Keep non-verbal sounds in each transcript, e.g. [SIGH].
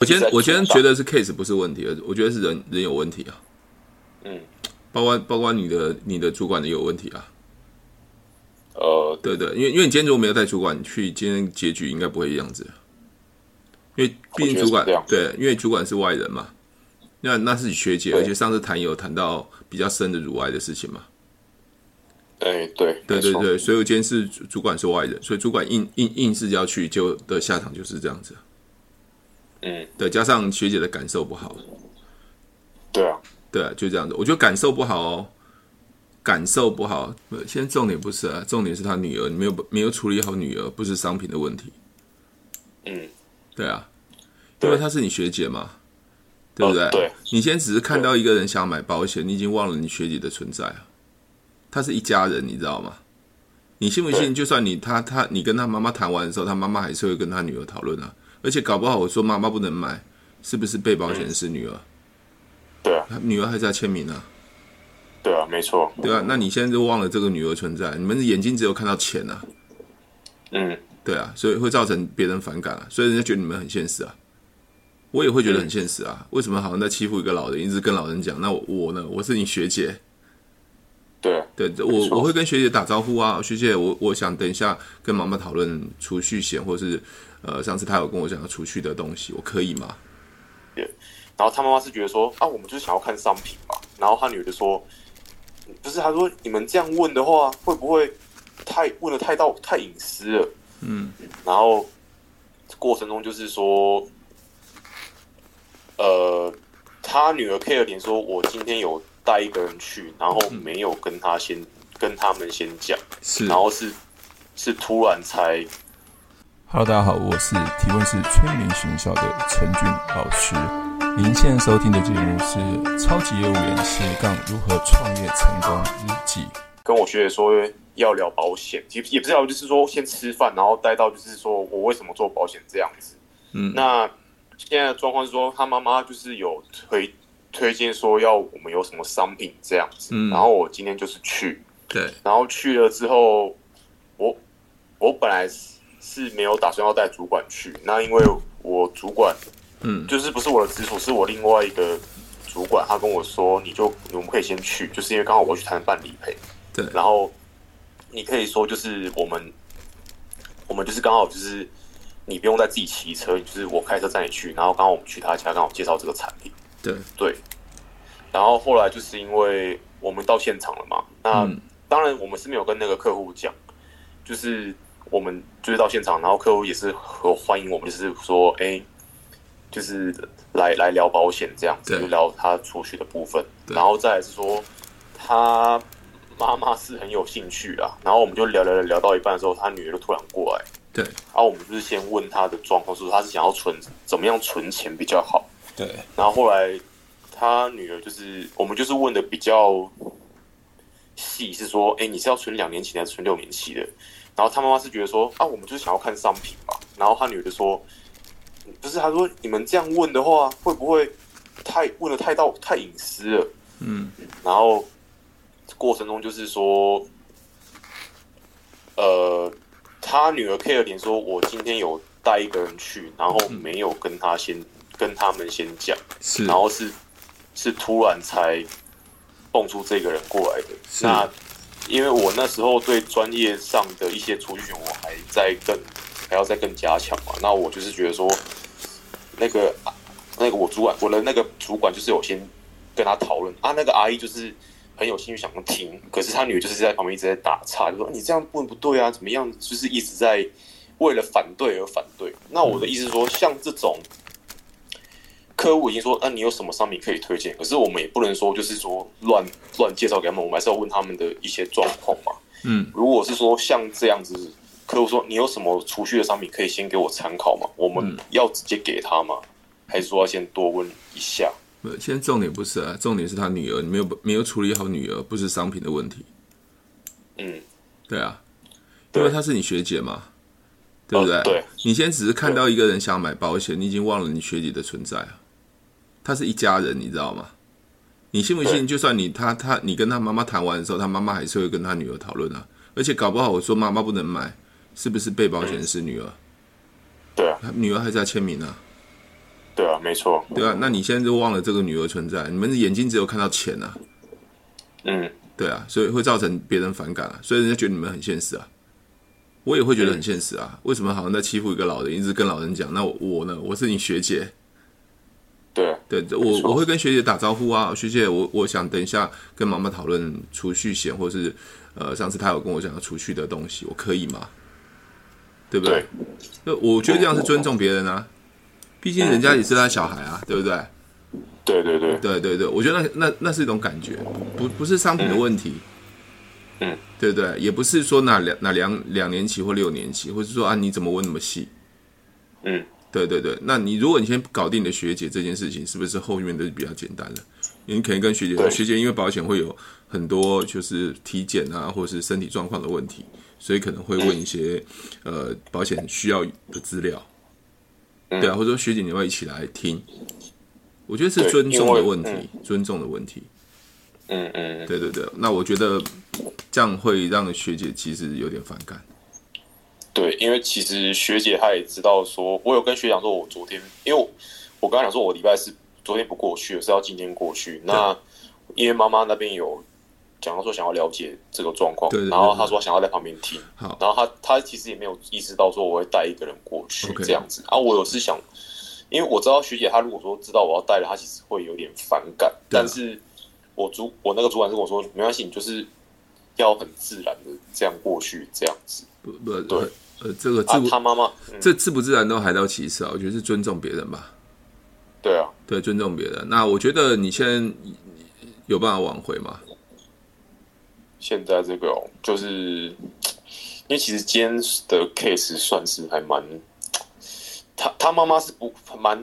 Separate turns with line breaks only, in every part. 我今天
一直在
我今天
出发
觉得是 case 不是问题，我觉得是人人有问题啊，
嗯，
包括包括你的你的主管也有问题啊，
呃，
对对，因为因为你今天如果没有带主管你去，今天结局应该不会这样子，啊因为毕竟主管
哦我觉得是这样
对，因为主管是外人嘛，那那是你学姐，
对
而且上次谈也有谈到比较深的乳癌的事情嘛，
哎，对，
对
没
对
错，
对，所以我今天是主主管是外人，所以主管硬硬硬是要去，就的下场就是这样子，啊
嗯，
对，加上学姐的感受不好，啊
对啊，
对啊，就这样子。我觉得感受不好哦，感受不好。呃现在重点不是啊，重点是他女儿，你没有没有处理好女儿，不是商品的问题。
嗯，
对啊，因
对
为她是你学姐嘛，对不对？
呃对
你现在只是看到一个人想买保险，你已经忘了你学姐的存在啊。她是一家人，你知道吗？你信不信？
对
就算你她她你跟她妈妈谈完的时候，她妈妈还是会跟她女儿讨论啊。而且搞不好我说妈妈不能买，是不是被保险是
嗯
女儿？
对啊，
她女儿还是要签名啊。
对啊，没错，
对啊，那你现在就忘了这个女儿存在，你们的眼睛只有看到钱啊，
嗯，
对啊，所以会造成别人反感啊，所以人家觉得你们很现实啊，我也会觉得很现实啊，为什么好像在欺负一个老人，一直跟老人讲？那我我呢？我是你学姐，
对，
对
没
我
错
我会跟学姐打招呼啊，学姐，我我想等一下跟妈妈讨论储蓄险，或是呃上次她有跟我讲要储蓄的东西，我可以吗？
然后他妈妈是觉得说啊，我们就是想要看商品嘛。然后他女儿就说，不是，他说你们这样问的话，会不会太问的太到太隐私了？
嗯，
然后过程中就是说，呃，他女儿 care 点说，我今天有带一个人去，然后
嗯
没有跟他先、跟他们先讲，
是
然后是是突然才
Hello，大家好，我是提问是催眠学校的陈俊老师。您现在收听的节目是《超级业务员斜杠如何创业成功日记》。
跟我学姐说要聊保险，也也不是聊，就是说先吃饭，然后带到就是说我为什么做保险这样子。
嗯
那现在的状况是说，他妈妈就是有推推荐说要我们有什么商品这样子，
嗯
然后我今天就是去，
对，
然后去了之后，我我本来是是没有打算要带主管去，那因为我主管
嗯
就是不是我的直属，是我另外一个主管，他跟我说，你就我们可以先去，就是因为刚好我要去谈办理赔，
对
然后你可以说就是我们我们就是刚好就是你不用再自己骑车，就是我开车载你去，然后刚好我们去他家，刚好介绍这个产品，
对，
对，然后后来就是因为我们到现场了嘛，那、
嗯
当然我们是没有跟那个客户讲，就是我们就是到现场，然后客户也是很欢迎我们，就是说，哎、就是来来聊保险这样子，
对
就聊他储蓄的部分，
对
然后再来是说他妈妈是很有兴趣啦，然后我们就聊聊聊聊到一半的时候，他女儿就突然过来，
对
啊，我们就是先问他的状况，说他是想要存怎么样存钱比较好。
对，
然后后来他女儿就是我们就是问的比较细，是说，哎，你是要存两年期的还是存六年期的？然后他妈妈是觉得说，啊，我们就是想要看商品嘛。然后他女儿就说，不是，他说你们这样问的话，会不会太问的太到太隐私了？
嗯
然后过程中就是说，呃，他女儿 care 点说，我今天有带一个人去，然后没有跟他先跟他们先讲，
是
然后是是突然才蹦出这个人过来的。
是
那因为我那时候对专业上的一些储蓄险，我还在更还要再更加强嘛。那我就是觉得说，那个那个我主管，我的那个主管就是有先跟他讨论啊，那个阿姨就是很有兴趣想听，可是她女儿就是在旁边一直在打岔，就说你这样问不对啊，怎么样？就是一直在为了反对而反对。那我的意思是说，像这种客户已经说，那、你有什么商品可以推荐？可是我们也不能说就是说乱乱介绍给他们，我们还是要问他们的一些状况嘛。
嗯
如果是说像这样子，客户说你有什么储蓄的商品可以先给我参考吗？我们要直接给他吗？还是说要先多问一下？
不现在重点不是啊，重点是他女儿，你没有没有处理好女儿，不是商品的问题。
嗯，
对啊，
对
因为她是你学姐嘛，对不对？
呃对
你现在只是看到一个人想买保险，你已经忘了你学姐的存在啊。她是一家人，你知道吗？你信不信？
对
就算你她她你跟她妈妈谈完的时候，她妈妈还是会跟她女儿讨论啊。而且搞不好我说妈妈不能买，是不是被保险是女儿？
对啊，
她女儿还在签名啊。
对啊，没错，
对啊，那你现在就忘了这个女儿存在，你们的眼睛只有看到钱啊，
嗯，
对啊，所以会造成别人反感啊，所以人家觉得你们很现实啊。我也会觉得很现实啊，为什么好像在欺负一个老人，一直跟老人讲？那我我呢？我是你学姐，
对啊，
对
没
我
错
我会跟学姐打招呼啊，学姐，我我想等一下跟妈妈讨论储蓄险，或是呃上次她有跟我讲要储蓄的东西，我可以吗？对不对
对？
那我觉得这样是尊重别人啊，毕竟人家也是他小孩啊，对不对？
对对对，
对对对，我觉得那那那是一种感觉，不不是商品的问题，
嗯嗯，
对不对？也不是说哪两哪两两年期或六年期，或是说啊你怎么问那么细，
嗯，
对对对，那你如果你先搞定你的学姐这件事情，是不是后面都比较简单了？你可能跟学姐说，
对
学姐因为保险会有很多就是体检啊，或是身体状况的问题，所以可能会问一些、呃保险需要的资料，
嗯
对啊，或者说学姐你要不要一起来听，我觉得是
对
尊重
因为
的问题，
嗯
尊重的问题，
嗯嗯，
对对对，那我觉得这样会让学姐其实有点反感，
对，因为其实学姐她也知道说，我有跟学长说，我昨天，因为我我刚刚讲说，我礼拜四昨天不过去，是要今天过去。那因为妈妈那边有讲到说想要了解这个状况
对对，对
然后她说想要在旁边听，
好
然后她她其实也没有意识到说我会带一个人过去
OK
这样子啊。我有是想，因为我知道学姐她如果说知道我要带了，她其实会有点反感，
对啊
但是我主我那个主管是跟我说，没关系，你就是要很自然的这样过去这样子。
不不
对
呃呃这个自
啊
我、，
他妈妈，嗯、
这自不自然都还到其次啊，我觉得是尊重别人吧。
对啊，
对，尊重别人。那我觉得你现在有办法挽回吗？
现在这个哦，就是因为其实今天的 case 算是还蛮，他他妈妈是不蛮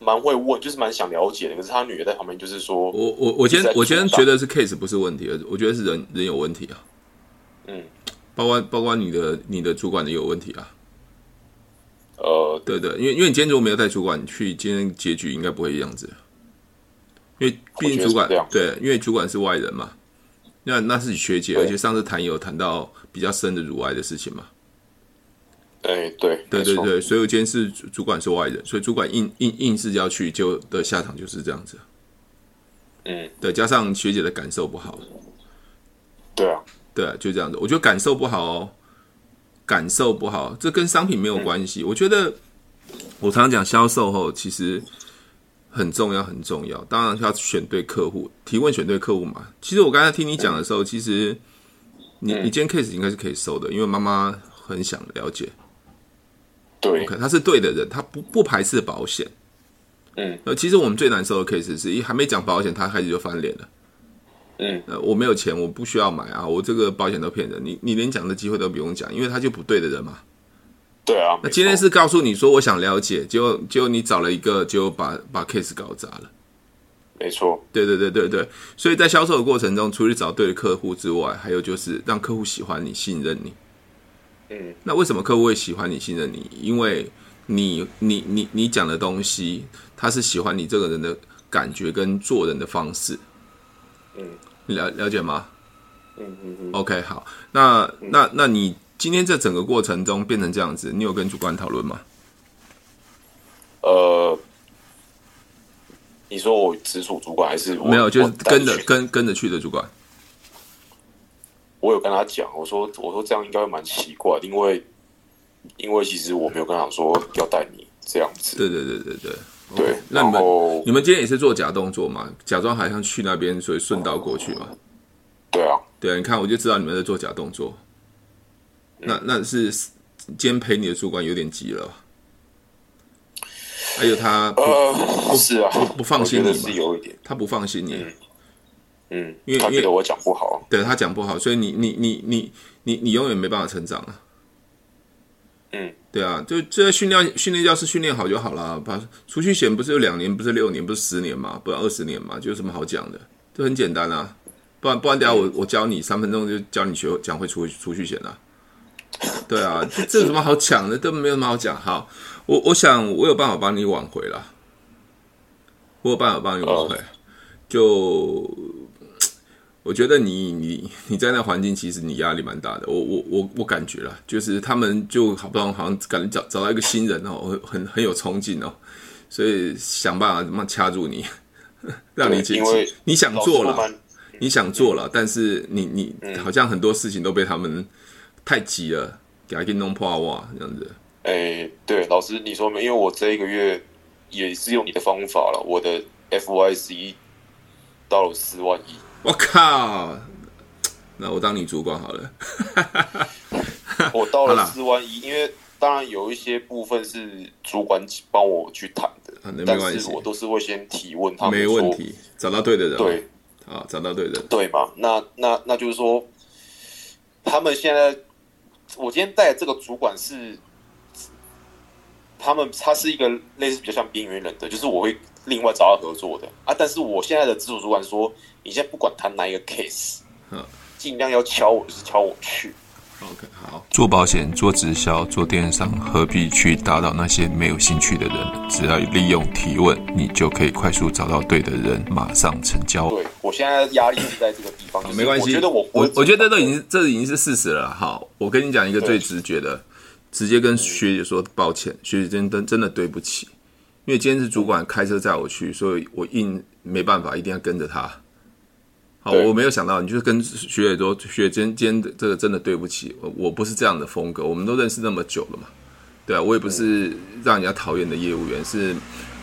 蛮会问，就是蛮想了解的，可是他女儿在旁边就是说，
我我我今
你在
天我今天
主导
觉得是 case 不是问题，我觉得是人人有问题啊，
嗯，
包括包括你的你的主管也有问题啊。
呃，
对对，因为因为你今天如果没有带主管去，今天结局应该不会这样子。因为毕竟主管
我觉得是这样
对，因为主管是外人嘛，那那是你学姐，
对
而且上次谈有谈到比较深的乳癌的事情嘛。
哎，对，
对对
没错，
对，所以我今天是主主管是外人，所以主管硬硬硬是要去，就的下场就是这样子。
嗯，
对，加上学姐的感受不好，
对啊，
对啊，就这样子。我觉得感受不好哦，感受不好，这跟商品没有关系。我觉得我常常讲销售后其实很重要，很重要。当然要选对客户，提问选对客户嘛。其实我刚才听你讲的时候，其实你你今天 case 应该是可以收的，因为妈妈很想了解。
对
OK，他是对的人，他不不排斥保险。
嗯
呃，其实我们最难受的 case 是，一还没讲保险，他开始就翻脸了。
嗯，
呃，我没有钱，我不需要买啊，我这个保险都骗人，你你连讲的机会都不用讲，因为他就不对的人嘛。
对啊，
那
没错
今天是告诉你说我想了解，结果结果你找了一个，结果把把 case 搞砸了。
没错，
对对对对对，所以在销售的过程中，除了找对的客户之外，还有就是让客户喜欢你、信任你。
嗯，
那为什么客户会喜欢你、信任你？因为你你你你讲的东西，他是喜欢你这个人的感觉跟做人的方式。
嗯，
了了解吗？
嗯嗯嗯，
OK，好，那那那你今天这整个过程中变成这样子，你有跟主管讨论吗？
呃。你说我直属主管还是我
没有，就是
我带
跟着
去
跟跟着去的主管。
我有跟他讲，我说我说这样应该会蛮奇怪的，因为因为其实我没有跟他讲说要带你这样子，
对对对对对。
对
OK，那你们
然后
你们今天也是做假动作嘛？假装好像去那边，所以顺道过去嘛。
对啊，
对，你看我就知道你们在做假动作。
嗯
那那是今天陪你的主管有点急了，还有他不
呃，是啊，
不 [LAUGHS] 放心
我
你
觉
嘛
得是有一点，
他不放心你，
嗯
因为，
他觉
因为
得我讲不好，啊
对他讲不好，所以你你你你你你永远没办法成长啊。
嗯，
对啊，就就在训练训练教室训练好就好了。把储蓄险不是有两年，不是六年，不是十年嘛，不然二十年嘛，就有什么好讲的？就很简单啊。不然不然，等下我我教你三分钟就教你学讲会储储蓄险啊。对啊，这这有什么好讲的？都没有什么好讲。好，我我想我有办法帮你挽回啦，我有办法帮你挽回。就我觉得你你你在那环境，其实你压力蛮大的。我我我我感觉啦，就是他们就好不容易好像感觉找找到一个新人哦，很很有冲劲哦，所以想办法怎么掐住你，让你
对
解
因为
气。你想做
老师
了
不，瞒嗯
你想做了，但是你你好像很多事情都被他们太急了，给他给弄破哇这样子。
哎、对，老师你说没？因为我这一个月也是用你的方法了，我的 FYC 到了四万一，
我靠！那我当你主管好了。
我到
好
了
啦
四万一，因为当然有一些部分是主管帮我去谈
啊
的
那，没
但
关系
是我都是会先提问他
[LAUGHS]
们
没
说
问，题，找到对的人。
对，
啊，找到对的人。
对嘛？那那那就是说，他们现在，我今天带的这个主管是，他们他是一个类似比较像边缘人的，就是我会另外找他合作的啊。但是我现在的直属主管说，你现在不管谈哪一个 case，
嗯
尽量要敲我，就是敲我去。
OK，好。
做保险、做直销、做电商，何必去打扰那些没有兴趣的人？只要利用提问，你就可以快速找到对的人，马上成交。
对我现在压力是在这个地方，就是
啊没关系，
我觉得我不会
我我觉得都已经这已经是事实了啦。好，我跟你讲一个最
对
直觉的，直接跟学姐说抱歉，学姐真的真的对不起，因为今天是主管开车载我去，所以我硬没办法，一定要跟着他。好，
对
我没有想到，你就是跟学姐说，学姐今天今天这个真的对不起，我我不是这样的风格，我们都认识那么久了嘛，对啊，我也不是让人家讨厌的业务员，是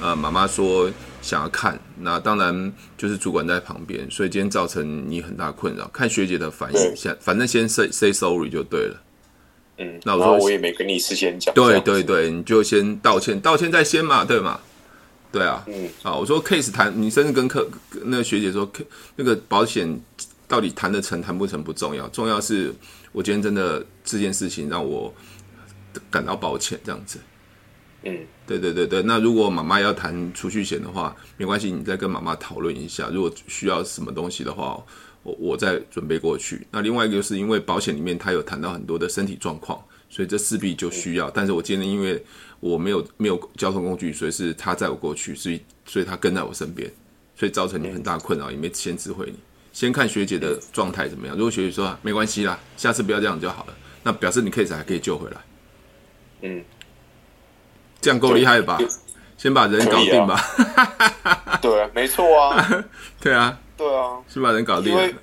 呃妈妈说想要看，那当然就是主管在旁边，所以今天造成你很大困扰，看学姐的反应，
对
先反正先 say say sorry 就对了。
嗯，
那我
然后
说
我也没跟你事先讲，这
对
样子
对，对，你就先道歉，道歉再先嘛，对嘛？对啊，
嗯，
啊，我说 case 谈，你甚至跟客跟那个学姐说，客那个保险到底谈得成谈不成不重要，重要是我今天真的这件事情让我感到抱歉，这样子。
嗯，
对对对对，那如果妈妈要谈储蓄险的话，没关系，你再跟妈妈讨论一下。如果需要什么东西的话，我我再准备过去。那另外一个就是因为保险里面它有谈到很多的身体状况，所以这势必就需要。但是我今天因为我没有没有交通工具，所以是他载我过去，所以所以他跟在我身边，所以造成你很大困扰，也没先知会你。先看学姐的状态怎么样。如果学姐说、啊、没关系啦，下次不要这样就好了，那表示你 case 还可以救回来。
嗯，啊
这样够厉害吧
对？
先把人搞定吧。
啊对啊，没错啊，
[LAUGHS] 对啊，
对啊。
先把人搞定
因为
了。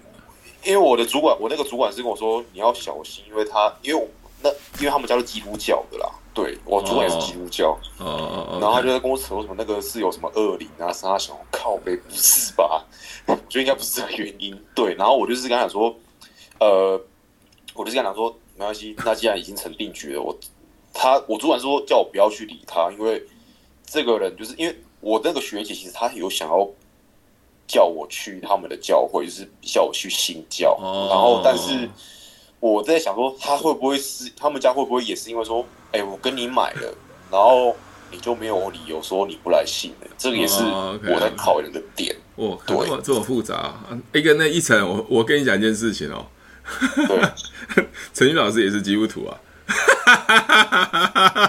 因为我的主管，我那个主管是跟我说你要小心，因为他因为我那因为他们家是基督教的啦，对我主管也是基督教，
哦哦哦，
然后他
OK
就在跟我扯说什么那个是有什么恶灵啊啥小，我靠呗，不是吧？ [LAUGHS] 我觉得应该不是这个原因，对。然后我就是跟他讲说，呃，我就是跟他讲说没关系，那既然已经成定局了，我他我主管说叫我不要去理他，因为这个人就是因为我那个学姐其实她有想要。叫我去他们的教会，就是叫我去新教，
哦
然后但是我在想说，他会不会是他们家会不会也是因为说，哎、我跟你买了，然后你就没有理由说你不来信了？这个也是
哦，OK
我在考量的点。
哇，
对
这么这么复杂啊！一个那一层，我我跟你讲一件事情哦， [LAUGHS]
对，
陈宇老师也是基督徒啊。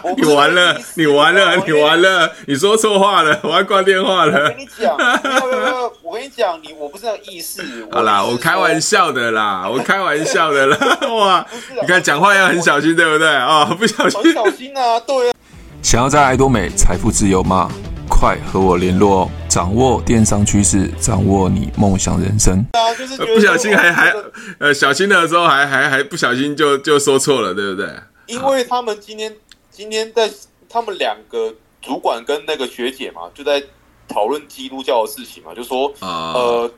我
你完了，你完了，你完
了！
了！你说错话了，我要挂电话
我
了
跟。你讲，没有没有没有，我跟你讲，你我不是那个意思。
好啦，
是
我
说
开玩。笑的啦，我开玩笑的啦。
[LAUGHS]
哇
是啊，
你看讲话要很小心，对不对啊？不小心
很小心啊，对啊，
想要在爱多美财富自由吗？快和我联络哦！掌握电商趋势，掌握你梦想人生。
啊就是觉得
不小心还还
我觉得
呃小心的时候还还还不小心就就说错了，对不对？
因为他们今天今天在他们两个主管跟那个学姐嘛，就在讨论基督教的事情嘛，就说
啊，
呃，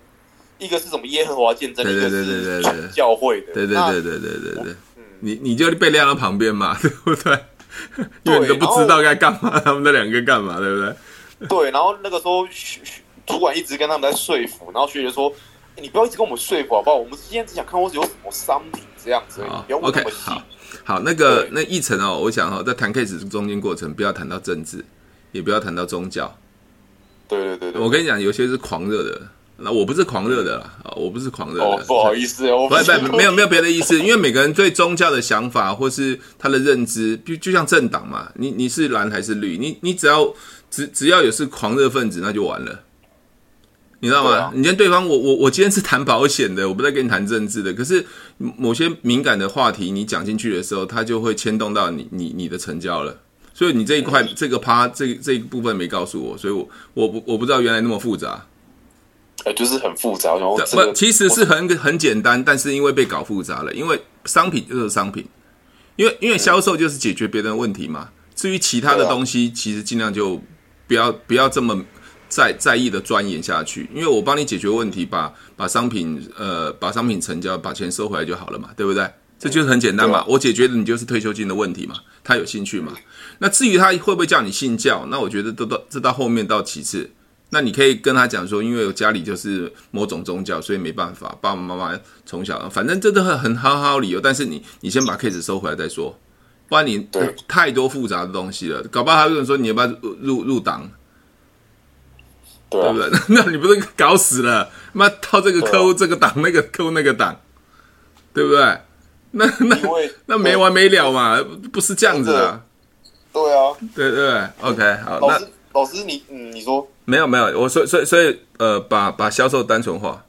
一个是什么耶和华见证，
对
一个
对对对对
是
对
传教会的，
对对
那
对对对对对，你你就被晾到旁边嘛， [LAUGHS] 对不对？因为
对
你都不知道该干嘛，他们那两个干嘛，对不对？
对，然后那个时候学学主管一直跟他们在说服，然后学姐说：“欸你不要一直跟我们说服好不好？我们今天只想看我有什么商品这样子而已，
好
你不要问那
啊，OK，
么细。
好，好，那个
对
那议程哦，我想哦，在谈 case 中间过程，不要谈到政治，也不要谈到宗教，
对对对对，
我跟你讲，有些是狂热的，那我不是狂热的啦，啊，我不是狂热的，
哦，不好意思，我
不不，没有没有别的意思，因为每个人对宗教的想法或是他的认知，就就像政党嘛，你你是蓝还是绿，你你只要只只要有是狂热分子，那就完了。你知道
对
吗
啊？
你跟对方，我我我今天是谈保险的，我不在跟你谈政治的。可是某些敏感的话题，你讲进去的时候，它就会牵动到你你你的成交了。所以你这一块、这个趴这这一部分没告诉我，所以我我不我不知道原来那么复杂。
呃，就是很复杂。然后这
不，
个
其实是很很简单，但是因为被搞复杂了，因为商品就是商品，因为因为销售就是解决别人的问题嘛。至于其他的
对啊
东西，其实尽量就不要不要这么在在意的钻研下去，因为我帮你解决问题，把把商品呃把商品成交，把钱收回来就好了嘛，对不对？这就是很简单
对
嘛
啊，
我解决的你就是退休金的问题嘛，他有兴趣嘛？那至于他会不会叫你信教，那我觉得都到这到后面到其次，那你可以跟他讲说，因为我家里就是某种宗教，所以没办法，爸爸妈妈从小，反正这都很很好好理由。但是你你先把 case 收回来再说，不然你
对
太多复杂的东西了，搞不好他跟你说你要不要入入入党，
对
对
啊
不，对？那你不是搞死了？妈套这个
对啊
客户这个党，那个客户那个党，对不对？那那
因为
那没完没了嘛，不是这样子的，
对啊，
对对对？OK，好，
老
那
师老师你嗯你说
没有没有，我所以所以所以呃，把把销售单纯化。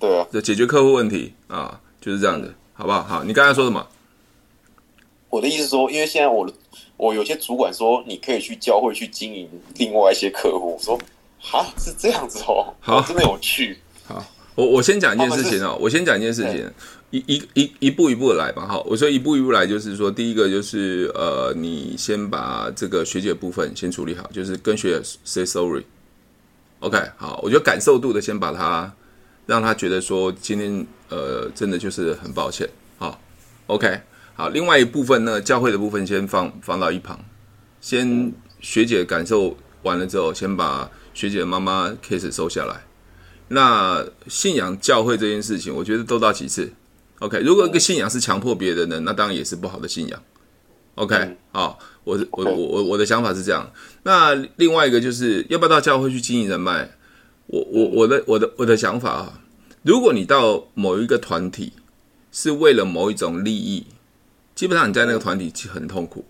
对啊，
就解决客户问题啊，就是这样子，好不好？好，你刚才说什么？
我的意思是说，因为现在我我有些主管说你可以去教会去经营另外一些客户，我说哈是这样子哦，
好
我真的有去，
我我先讲一件事情哦，我先讲一件事情，一一一一步一步的来吧，哈。我说一步一步来，就是说，第一个就是呃，你先把这个学姐部分先处理好，就是跟学姐 say sorry。OK，好，我觉得感受度的先把它让他觉得说今天呃真的就是很抱歉，好，OK，好，另外一部分呢，教会的部分先放放到一旁，先学姐感受完了之后，先把学姐的妈妈 case 收下来。那信仰教会这件事情，我觉得都到其次。OK，如果一个信仰是强迫别人的，那当然也是不好的信仰。OK，
嗯
好、我的我我我我的想法是这样。那另外一个就是要不要到教会去经营人脉？我我我的我的我的想法啊，如果你到某一个团体是为了某一种利益，基本上你在那个团体其实很痛苦，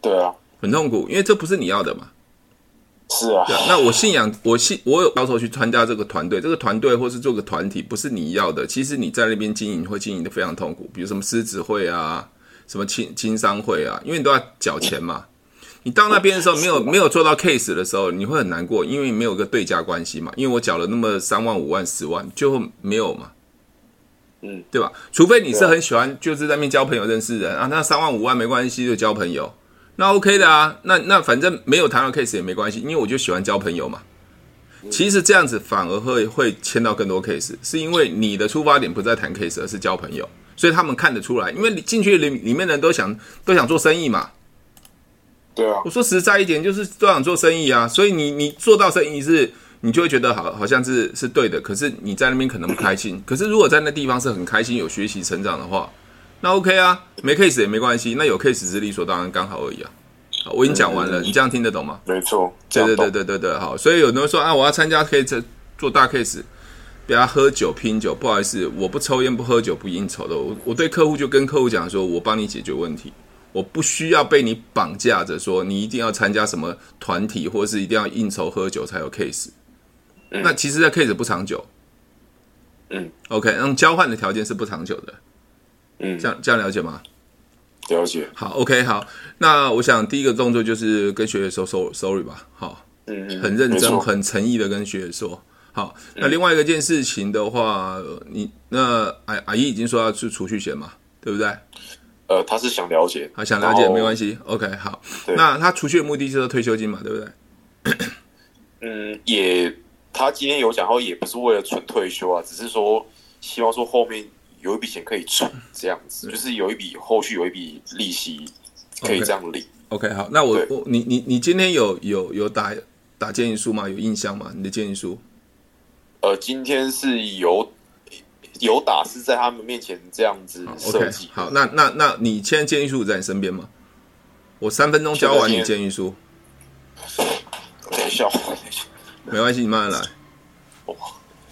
对啊，
很痛苦，因为这不是你要的嘛。
是啊，
对啊，那我信仰，我信，我有要求去参加这个团队，这个团队或是做个团体，不是你要的。其实你在那边经营会经营的非常痛苦，比如什么狮子会啊，什么经经商会啊，因为你都要缴钱嘛。你到那边的时候，没有没有做到 case 的时候，你会很难过，因为没有个对价关系嘛。因为我缴了那么三万、五万、十万，最后没有嘛。
嗯，
对吧？除非你是
对啊
很喜欢，就是在那边交朋友、认识人啊，那三万五万没关系，就交朋友，那 OK 的啊。那那反正没有谈到 case 也没关系，因为我就喜欢交朋友嘛。其实这样子反而会会签到更多 case，是因为你的出发点不在谈 case，而是交朋友，所以他们看得出来，因为你进去里里面的人都想都想做生意嘛。
对啊
我，说实在一点，就是都想做生意啊，所以你你做到生意是，你就会觉得好好像是是对的，可是你在那边可能不开心，可是如果在那地方是很开心，有学习成长的话，那 OK 啊，没 case 也没关系，那有 case 是理所当然，刚好而已啊。好我已经讲完了，你这样听得懂吗？
没错，
对对对
对，
对对对，好，所以有人会说啊，我要参加 case 做大 case，不要喝酒拼酒，不好意思，我不抽烟不喝酒不应酬的，我我对客户就跟客户讲说，我帮你解决问题，我不需要被你绑架着说你一定要参加什么团体，或是一定要应酬喝酒才有 case。那其实，在 case 不长久。
嗯
，OK，那交换的条件是不长久的，
嗯
这，样这样了解吗？
了解，
好，OK，好，那我想第一个动作就是跟学姐说 sorry sorry 吧，好。
嗯嗯，
很认
没
真、
错嗯
很诚意的跟学姐说。好，那另外一个件事情的话，呃你那阿阿姨已经说要去储蓄险嘛，对不对？
呃，他是想了解，
啊，想了解没关
系，
系，OK，好。
哦对
那他储蓄的目的就是退休金嘛，对不对？
嗯，也他今天有讲到，也不是为了纯退休啊，只是说希望说后面有一笔钱可以存，这样子，就是有一笔后续有一笔利息可以
OK
这样领。
OK，好，那我
对
我你你你今天有有有打打建议书吗？有印象吗？你的建议书？
呃，今天是有有打是在他们面前这样子
好
设
，OK，
计。
好，那那那你现在建议书在你身边吗？我三分钟
现在
教完你
现在
建议书，
等一下，等一下，
没关系，你慢慢来
哇。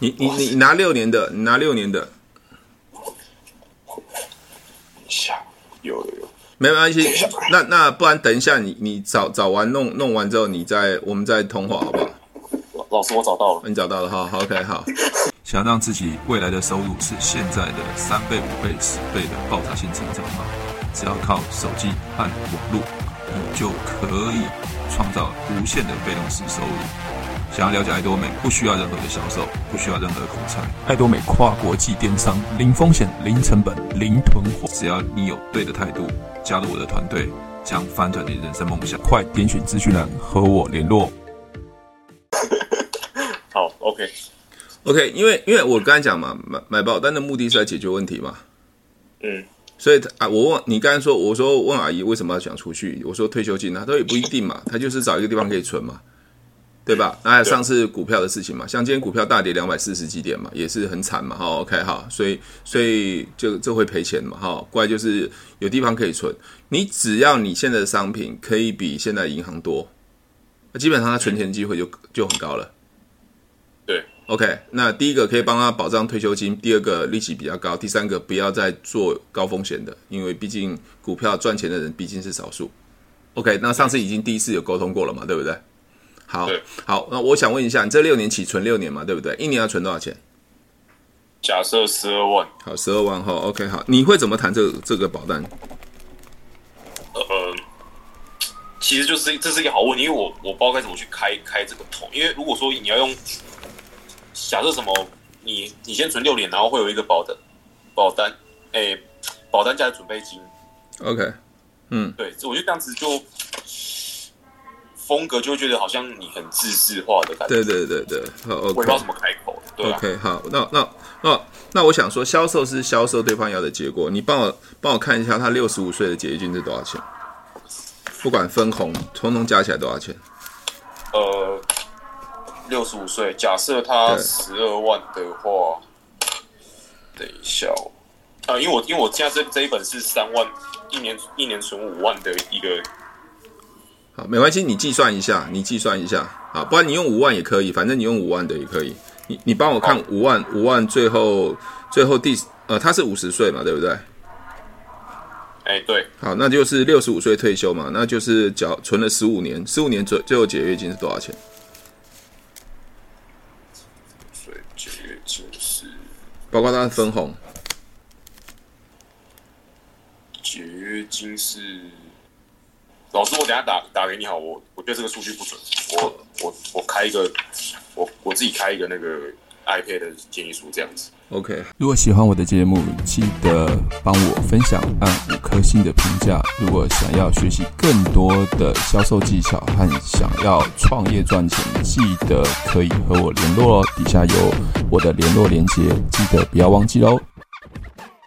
你你你你拿六年的，你拿六年的，
等一下，有有有，
没关系，那那不然等一下你你找找完弄弄完之后，你再我们再通话好不好？
老师，我找到了。
哦你找到了哈好，OK，好。想让自己未来的收入是现在的三倍、五倍、十倍的爆炸性成长吗？只要靠手机和网络，你就可以创造无限的被动式收入。想要了解爱多美，不需要任何的销售，不需要任何的口才，
爱多美跨国际电商，零风险、零成本、零囤货，
只要你有对的态度，加入我的团队，将翻转你的人生梦想。
快点选资讯栏和我联络。
好，OK，
OK，因为因为我刚才讲嘛，买买保单的目的是来解决问题嘛，
嗯，
所以他啊，我问你刚才说，我说问阿姨为什么要想储蓄，我说退休金呢，她啊说也不一定嘛，她就是找一个地方可以存嘛，对吧？那还有上次股票的事情嘛，像今天股票大跌两百四十几点嘛，也是很惨嘛，哈、OK 哈，所以所以就这会赔钱嘛，哈、怪就是有地方可以存，你只要你现在的商品可以比现在银行多，那基本上它存钱机会就就很高了。
对，
OK，那第一个可以帮他保障退休金，第二个利息比较高，第三个不要再做高风险的，因为毕竟股票赚钱的人毕竟是少数。OK，那上次已经第一次有沟通过了嘛，对不对？好
对
好，那我想问一下，你这六年起存六年嘛，对不对？一年要存多少钱？
假设十二万，
好，十二万后，OK，好，你会怎么谈这个这个保单？
呃，其实就是这是一个好问题，因为我我不知道该怎么去开开这个头，因为如果说你要用假设什么，你你先存六年，然后会有一个保单保单，哎、保单加的准备金，
OK，
对，这我觉得这样子就风格就会觉得好像你很自私化的感觉，
对对对对，好
我也不知道
，OK，OK，、
怎么开口，对啊
OK，好，那那那那我想说，销售是销售对方要的结果，你帮我帮我看一下他六十五岁的解约金是多少钱？不管分红，统统加起来多少钱？
呃，六十五岁，假设他
对
十二万的话，等一下哦，呃，因为我因为我现在这这一本是三万，一年一年存五万的一个，
好，没关系，你计算一下，你计算一下啊，不然你用五万也可以，反正你用五万的也可以。你你帮我看
好
五万五万最后最后第呃他是五十岁嘛，对不对？
哎、对，
好，那就是六十五岁退休嘛，那就是缴存了十五年，十五年最最后解约金是多少钱？
所以九月九十，
包括他的分红，
解约金是。老师，我等一下打打给你好，我我对这个数据不准，我我我开一个，我我自己开一个那个 iPad 的建议书这样子。
OK，
如果喜欢我的节目，记得帮我分享，按五颗星的评价。如果想要学习更多的销售技巧和想要创业赚钱，记得可以和我联络哦。底下有我的联络连接，记得不要忘记喽。